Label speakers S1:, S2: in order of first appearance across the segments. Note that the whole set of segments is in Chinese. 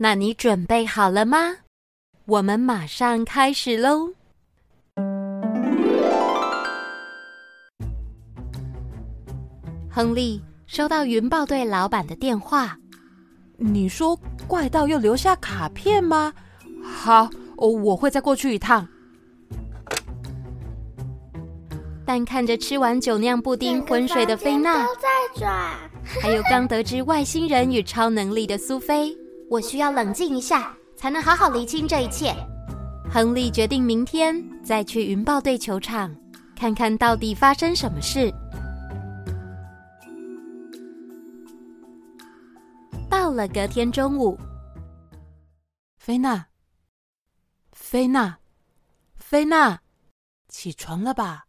S1: 那你准备好了吗？我们马上开始喽！亨利收到云豹队老板的电话，
S2: 你说怪盗又留下卡片吗？好，哦我会再过去一趟。
S1: 但看着吃完酒酿布丁昏睡的菲娜，
S3: 都在转。
S1: 还有刚得知外星人与超能力的苏菲，
S4: 我需要冷静一下，才能好好厘清这一切。
S1: 亨利决定明天再去云豹队球场，看看到底发生什么事。到了隔天中午，
S2: 菲娜，菲娜，菲娜，起床了吧？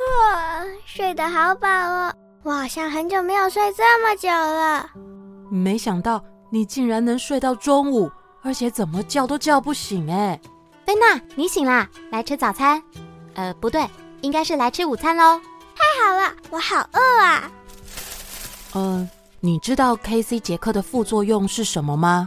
S3: 哇，哦睡得好饱哦！我好像很久没有睡这么久了。
S2: 没想到你竟然能睡到中午，而且怎么叫都叫不醒哎！
S4: 菲娜，你醒啦，来吃早餐。呃，不对，应该是来吃午餐喽。
S3: 太好了，我好饿啊！
S2: 呃，你知道 K C 杰克的副作用是什么吗？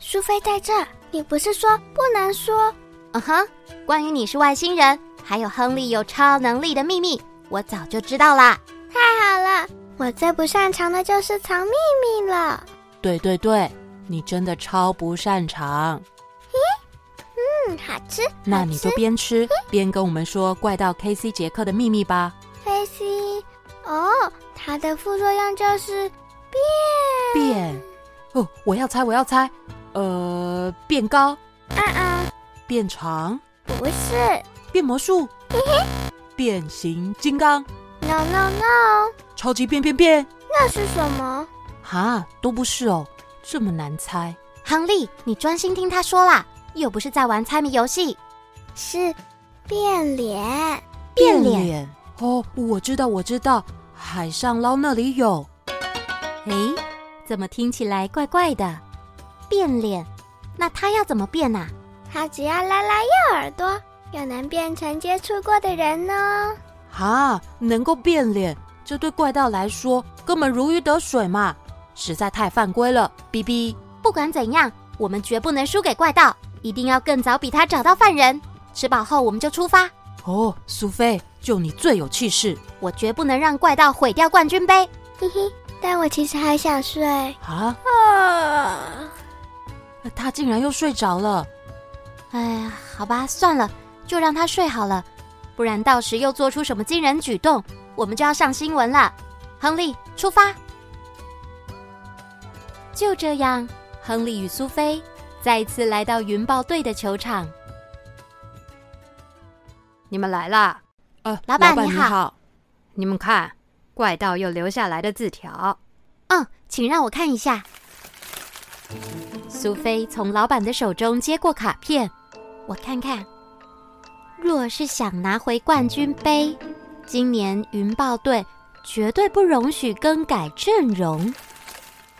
S3: 苏菲在这儿，你不是说不能说？
S4: 嗯哼，关于你是外星人，还有亨利有超能力的秘密，我早就知道啦。
S3: 太好了，我最不擅长的就是藏秘密了。
S2: 对对对，你真的超不擅长。
S3: 嗯，好吃。
S2: 那你就边吃边跟我们说怪盗 K C 杰克的秘密吧。
S3: 菲西，哦，它的副作用就是变
S2: 变，哦，我要猜，我要猜，呃，变高、
S3: 啊啊，
S2: 变长、
S3: 不是
S2: 变魔术、变形金刚、
S3: ，no no no，
S2: 超级变变变，
S3: 那是什么？
S2: 哈，都不是哦，这么难猜。
S4: 亨利，你专心听他说啦，又不是在玩猜谜游戏。
S3: 是变脸。
S4: 变脸
S2: 脸哦，我知道，我知道，海上捞那里有。
S1: 诶，怎么听起来怪怪的？
S4: 变脸，那他要怎么变呐、啊？
S3: 它只要拉拉右耳朵，又能变成接触过的人哦呢。
S2: 哈，啊能够变脸，这对怪盗来说根本如鱼得水嘛，实在太犯规了。B B，
S4: 不管怎样，我们绝不能输给怪盗，一定要更早比他找到犯人。吃饱后我们就出发，
S2: 哦，苏菲，就你最有气势
S4: 我绝不能让怪盗毁掉冠军杯。
S3: 嘿嘿，但我其实还想睡。
S2: 啊！
S3: 啊，
S2: 他竟然又睡着了。
S4: 哎呀，好吧，算了，就让他睡好了，不然到时又做出什么惊人举动，我们就要上新闻了。亨利，出发！
S1: 就这样，亨利与苏菲再次来到云豹队的球场。
S5: 你们来啦！
S2: 呃，
S4: 老板
S2: 你
S4: 你好
S5: 你们看，怪盗又留下来的字条。
S4: 嗯，请让我看一下。
S1: 苏菲从老板的手中接过卡片，
S4: 我看看，若是想拿回冠军杯，今年云豹队绝对不容许更改阵容。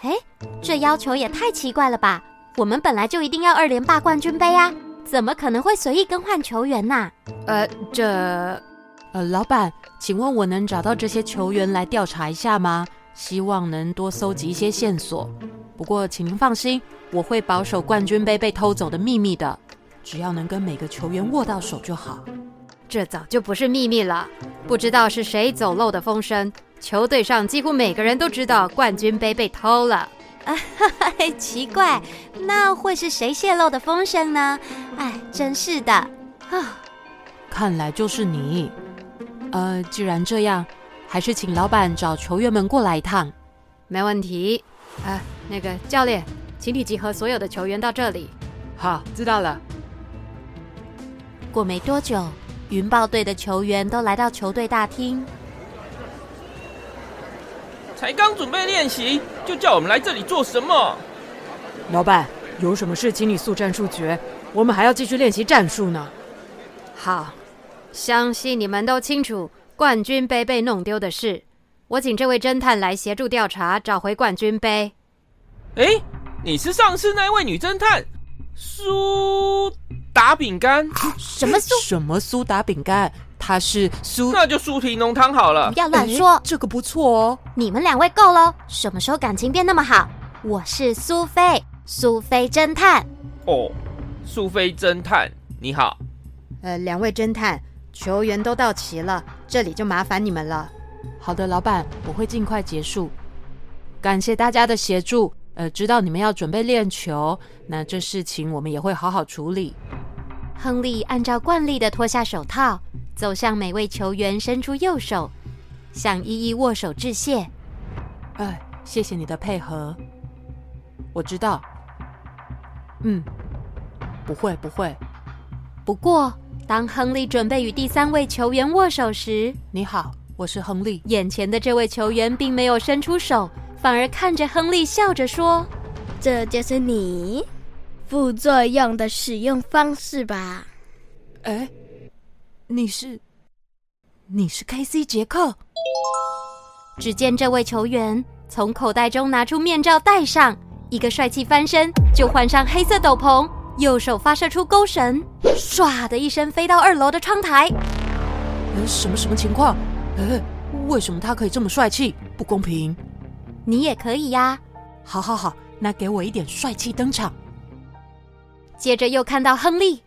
S4: 哎，这要求也太奇怪了吧！我们本来就一定要二连霸冠军杯啊，怎么可能会随意更换球员呐、
S5: 呃，这
S2: 呃，老板，请问我能找到这些球员来调查一下吗？希望能多搜集一些线索。不过，请您放心，我会保守冠军杯被偷走的秘密的。只要能跟每个球员握到手就好。
S5: 这早就不是秘密了。不知道是谁走漏的风声，球队上几乎每个人都知道冠军杯被偷了。
S4: 哎， 奇怪，那会是谁泄露的风声呢？哎，真是的啊！
S2: 看来就是你。呃，既然这样，还是请老板找球员们过来一趟。
S5: 没问题。啊，那个教练，请你集合所有的球员到这里。
S2: 好，知道了。
S1: 过没多久，云豹队的球员都来到球队大厅。
S6: 才刚准备练习，就叫我们来这里做什么？
S7: 老板，有什么事请你速战速决，我们还要继续练习战术呢。
S5: 好，相信你们都清楚冠军杯被弄丢的事。我请这位侦探来协助调查，找回冠军杯。
S6: 诶，你是上次那位女侦探苏打饼干，
S4: 什么苏？
S7: 什么苏打饼干？它是苏，
S6: 那就苏皮浓汤好了
S4: 不。要乱说
S7: 诶！这个不错哦。
S4: 你们两位够喽！什么时候感情变那么好？我是苏菲，苏菲侦探。
S6: 哦，苏菲侦探，你好。
S5: 呃，两位侦探，球员都到齐了，这里就麻烦你们了。
S7: 好的，老板，我会尽快结束。感谢大家的协助。呃，知道你们要准备练球，那这事情我们也会好好处理。
S2: 亨利按照惯例的脱下手套，走向每位球员，伸出右手，想一一握手致谢。
S7: 哎，谢谢你的配合。我知道。嗯，不会不会。
S2: 不过，当亨利准备与第三位球员握手时，
S7: 你好，我是亨利。
S2: 眼前的这位球员并没有伸出手，反而看着亨利笑着说
S3: 这就是你副作用的使用方式吧？
S7: 哎，你是你是 K C 杰克？：“
S2: 只见这位球员从口袋中拿出面罩戴上，一个帅气翻身就换上黑色斗篷，右手发射出钩绳，唰的一声飞到二楼的窗台。
S7: 呃，什么什么情况？呃，为什么他可以这么帅气？不公平！
S2: 你也可以呀。”
S7: 好好好，那给我一点帅气登场。
S2: 接着又看到亨利，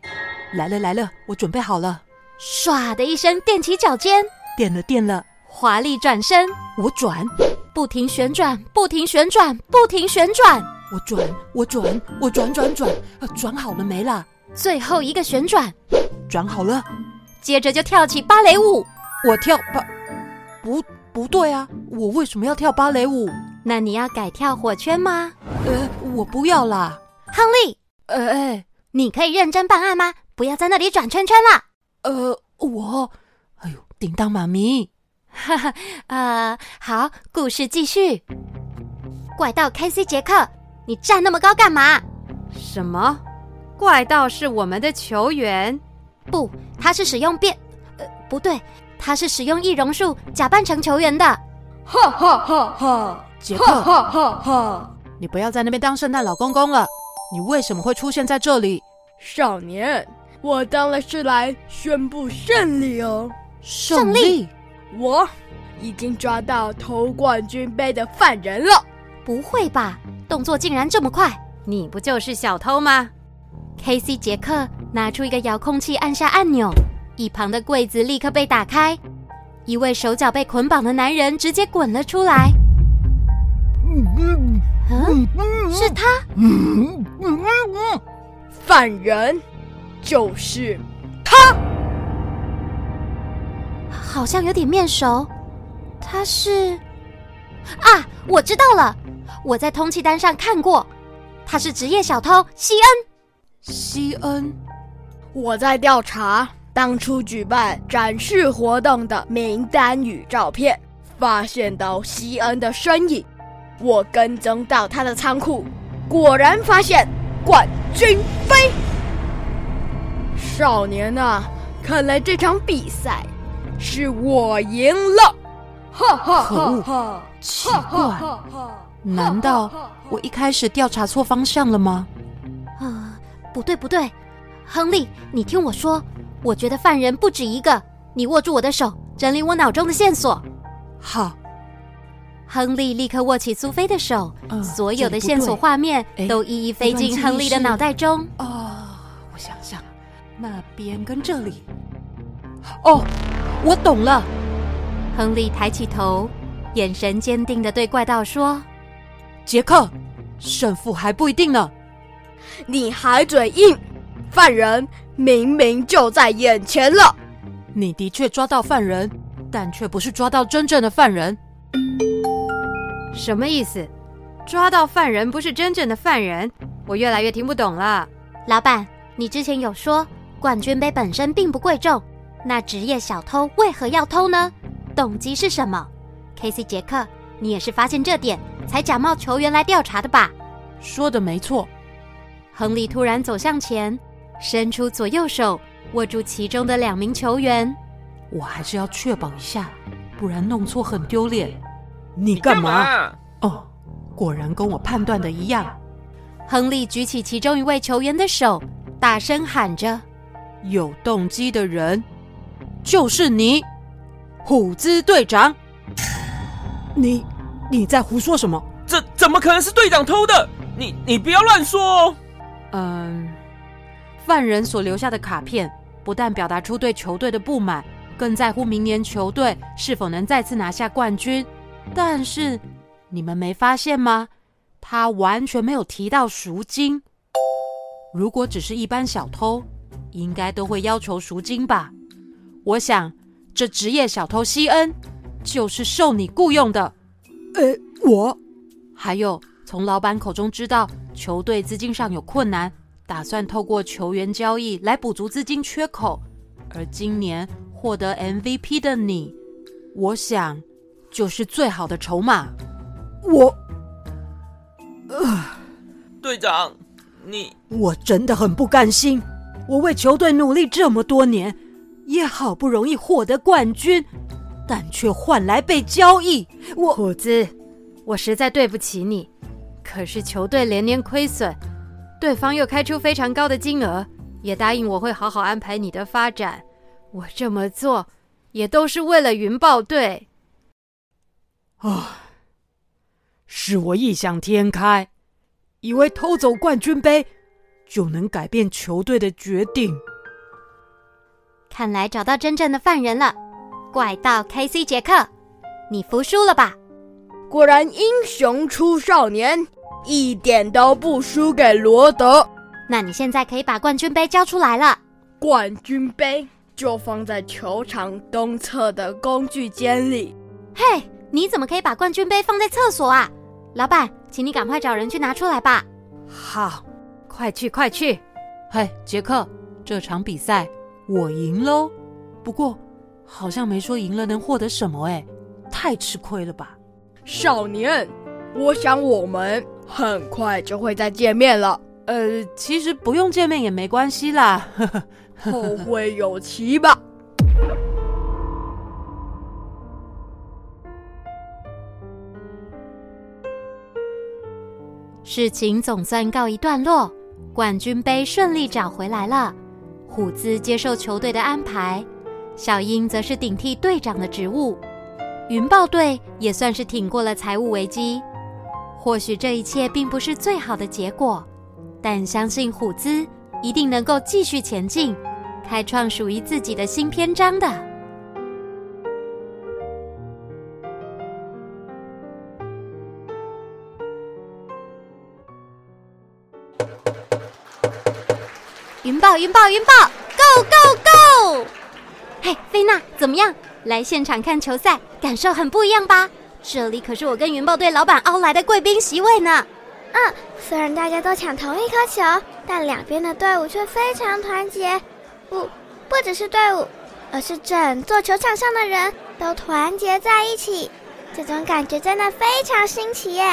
S7: 来了来了，我准备好了，
S2: 唰的一声踮起脚尖，
S7: 电了电了，
S2: 华丽转身，
S7: 我转，
S2: 不停旋转，不停旋转，不停旋转，
S7: 我转，我转，我转转转，呃，转好了没啦？
S2: 最后一个旋转，
S7: 转好了，
S2: 接着就跳起芭蕾舞。
S7: 我跳芭，不不对啊，我为什么要跳芭蕾舞？
S2: 那你要改跳火圈吗？
S7: 呃，我不要啦。
S4: 亨利，
S7: 哎哎，
S4: 你可以认真办案吗？不要在那里转圈圈啦！
S7: 呃，我，哎呦，叮当妈咪，
S2: 呃，好，故事继续。
S4: 怪盗 K C 杰克，你站那么高干嘛？
S5: 什么？怪盗是我们的球员？
S4: 不，他是使用变，呃，不对，他是使用易容术假扮成球员的。
S5: 哈哈哈哈！
S7: 杰克，
S5: 哈哈哈！
S7: 你不要在那边当圣诞老公公了，你为什么会出现在这里？
S8: 少年，我当然是来宣布胜利哦！
S7: 胜利，
S8: 我已经抓到偷冠军杯的犯人了。
S4: 不会吧？动作竟然这么快！
S5: 你不就是小偷吗？
S2: K C 杰克拿出一个遥控器，按下按钮，一旁的柜子立刻被打开，一位手脚被捆绑的男人直接滚了出来。
S4: 嗯，是他。
S8: 犯人就是
S4: 好像有点面熟，他是啊，我知道了，我在通缉单上看过，他是职业小偷西恩。
S7: 西恩，
S8: 我在调查当初举办展示活动的名单与照片，发现到西恩的身影，我跟踪到他的仓库，果然发现冠军杯。少年啊，看来这场比赛是我赢了，哈哈哈哈！
S7: 奇怪，
S8: 哈哈
S7: 难道我一开始调查错方向了吗？
S2: 呃
S4: 啊，不对不对，亨利，你听我说，我觉得犯人不止一个，你握住我的手，整理我脑中的线索。
S7: 好，
S2: 亨利立刻握起苏菲的手，
S7: 呃
S2: 所有的
S7: 这里不
S2: 线索
S7: 对
S2: 画面
S7: 诶
S2: 都一一飞
S7: 乱记
S2: 进
S7: 忆
S2: 亨利的
S7: 是
S2: 脑袋中。
S7: 哦，我想想，那边跟这里。哦，我懂了，
S2: 亨利抬起头，眼神坚定的对怪盗说
S7: 杰克，胜负还不一定呢。
S8: 你还嘴硬，犯人明明就在眼前了。
S7: 你的确抓到犯人，但却不是抓到真正的犯人。
S5: 什么意思？抓到犯人不是真正的犯人？我越来越听不懂了。
S4: 老板，你之前有说冠军杯本身并不贵重，那职业小偷为何要偷呢？动机是什么？K C 杰克，你也是发现这点才假冒球员来调查的吧？
S7: 说的没错，
S9: 亨利突然走向前，伸出左右手握住其中的两名球员。
S7: 我还是要确保一下，不然弄错很丢脸。你
S6: 干
S7: 干嘛？？哦，果然跟我判断的一样，
S9: 亨利举起其中一位球员的手，大声喊着
S7: 有动机的人就是你，虎子队长。你你在胡说什么？
S6: 这怎么可能是队长偷的？你你不要乱说哦！
S7: 嗯，犯人所留下的卡片不但表达出对球队的不满，更在乎明年球队是否能再次拿下冠军。但是你们没发现吗？他完全没有提到赎金。如果只是一般小偷，应该都会要求赎金吧？我想，这职业小偷西恩就是受你雇佣的。呃，我还有从老板口中知道球队资金上有困难，打算透过球员交易来补足资金缺口。而今年获得 MVP 的你，我想就是最好的筹码。我
S6: 队长，你
S7: 我真的很不甘心，我为球队努力这么多年，也好不容易获得冠军，但却换来被交易。我
S10: 虎子，我实在对不起你，可是球队连年亏损，对方又开出非常高的金额，也答应我会好好安排你的发展。我这么做也都是为了云豹队。
S7: 啊是我异想天开，以为偷走冠军杯就能改变球队的决定。：“
S2: 看来找到真正的犯人了，怪盗 K C 杰克，你服输了吧？
S8: 果然英雄出少年，一点都不输给罗德。
S2: 那你现在可以把冠军杯交出来了。
S8: 冠军杯就放在球场东侧的工具间里。
S2: 嘿，你怎么可以把冠军杯放在厕所啊？老板，请你赶快找人去拿出来吧。
S7: 好，
S10: 快去，快去！
S7: 嘿，杰克，这场比赛我赢喽。不过好像没说赢了能获得什么，哎，太吃亏了吧？
S8: 少年，我想我们很快就会再见面了，嗯
S7: 呃，其实不用见面也没关系啦。呵呵，
S8: 后会有期吧。
S9: 事情总算告一段落，冠军杯顺利找回来了。虎子接受球队的安排，小英则是顶替队长的职务。云豹队也算是挺过了财务危机。或许这一切并不是最好的结果，但相信虎子一定能够继续前进，开创属于自己的新篇章的。
S2: 云豹，云豹，云豹，Go Go Go！嘿，菲娜，怎么样？来现场看球赛，感受很不一样吧？这里可是我跟云豹队老板凹来的贵宾席位呢。
S3: 嗯虽然大家都抢同一颗球，但两边的队伍却非常团结。不，不只是队伍，而是整座球场上的人都团结在一起。这种感觉真的非常新奇耶！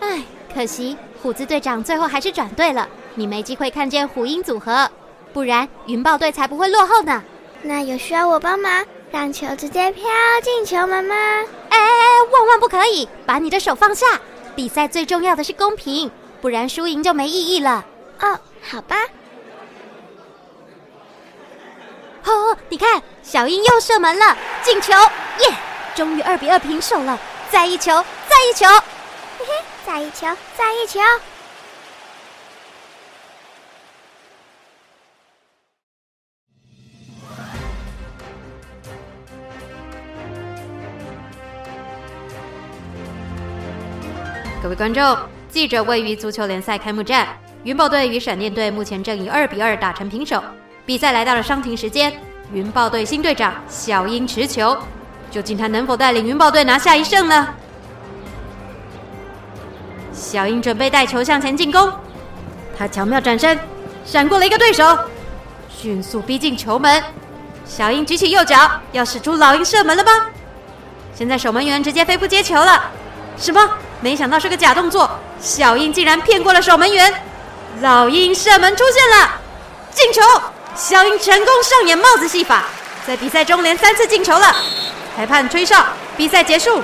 S2: 唉，可惜虎子队长最后还是转队了，你没机会看见虎鹰组合，不然云豹队才不会落后呢。
S3: 那有需要我帮忙让球直接飘进球门吗？
S2: 哎哎哎，万万不可以！把你的手放下，比赛最重要的是公平，不然输赢就没意义了。
S3: 哦，好吧，
S2: 哦，你看，小英又射门了，进球！耶、终于二比二平手了，再一球，再一球！
S3: 再一球，再一球。哦
S10: 各位观众，记者位于足球联赛开幕战，云豹队与闪电队目前正以二比二打成平手。比赛来到了伤停时间，云豹队新队长小英持球，究竟他能否带领云豹队拿下一胜呢？小英准备带球向前进攻，他巧妙转身，闪过了一个对手，迅速逼近球门。小英举起右脚，要使出老鹰射门了吗？现在守门员直接飞扑接球了，什么？没想到是个假动作，小英竟然骗过了守门员。
S5: 老鹰射门出现了，进球！肖鹰成功上演帽子戏法，在比赛中连三次进球了。裁判吹哨，比赛结束，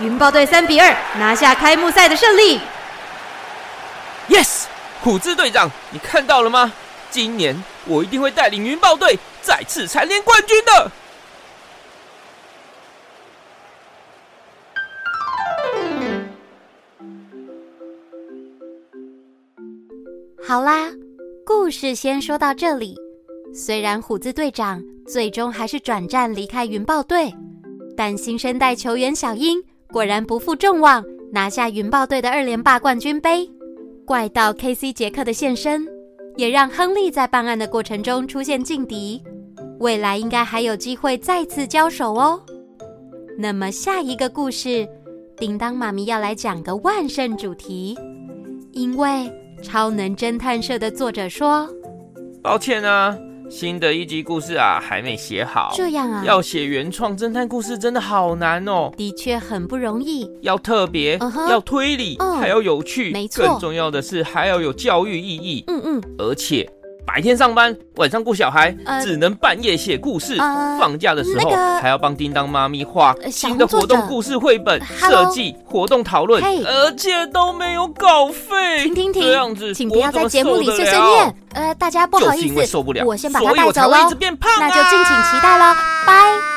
S5: 云豹队三比二拿下开幕赛的胜利。
S6: Yes，虎子队长，你看到了吗？今年我一定会带领云豹队再次蝉联冠军的。
S2: 好啦，故事先说到这里。虽然虎子队长最终还是转战离开云豹队，但新生代球员小鹰果然不负众望，拿下云豹队的二连霸冠军杯。怪盗 K.C. 杰克的现身，也让亨利在办案的过程中出现劲敌，未来应该还有机会再次交手哦。那么下一个故事，叮当妈咪要来讲个万圣主题，因为。《超能侦探社》的作者说：“
S6: 抱歉啊，新的一集故事啊还没写好。
S2: 这样啊，
S6: 要写原创侦探故事真的好难哦，
S2: 的确很不容易。
S6: 要特别
S2: 嗯哼
S6: 要推理
S2: 嗯
S6: 还要有趣，
S2: 没错
S6: 更重要的是还要有教育意义。
S2: 嗯嗯，
S6: 而且白天上班，晚上顾小孩，
S2: 呃
S6: 只能半夜写故事。
S2: 呃
S6: 放假的时
S2: 那
S6: 候、
S2: 个
S6: 还要帮叮当妈咪画
S2: 呃小
S6: 新的
S2: 红
S6: 活
S2: 作者
S6: 动故事绘本、
S2: Hello
S6: 设计、活动讨论
S2: 嘿，
S6: 而且都没有稿费。
S2: 停停停
S6: 哎这样子
S2: 请不要
S6: 我怎
S2: 在
S6: 么
S2: 节目里
S6: 受得
S2: 碎碎
S6: 了
S2: 念。呃，大家不好
S6: 就是
S2: 意
S6: 因为
S2: 思，
S6: 受不了，
S2: 我先把它
S6: 所以
S2: 带
S6: 我才
S2: 走
S6: 会一
S2: 喽
S6: 直。变胖啊、
S2: 那就敬请期待喽，拜。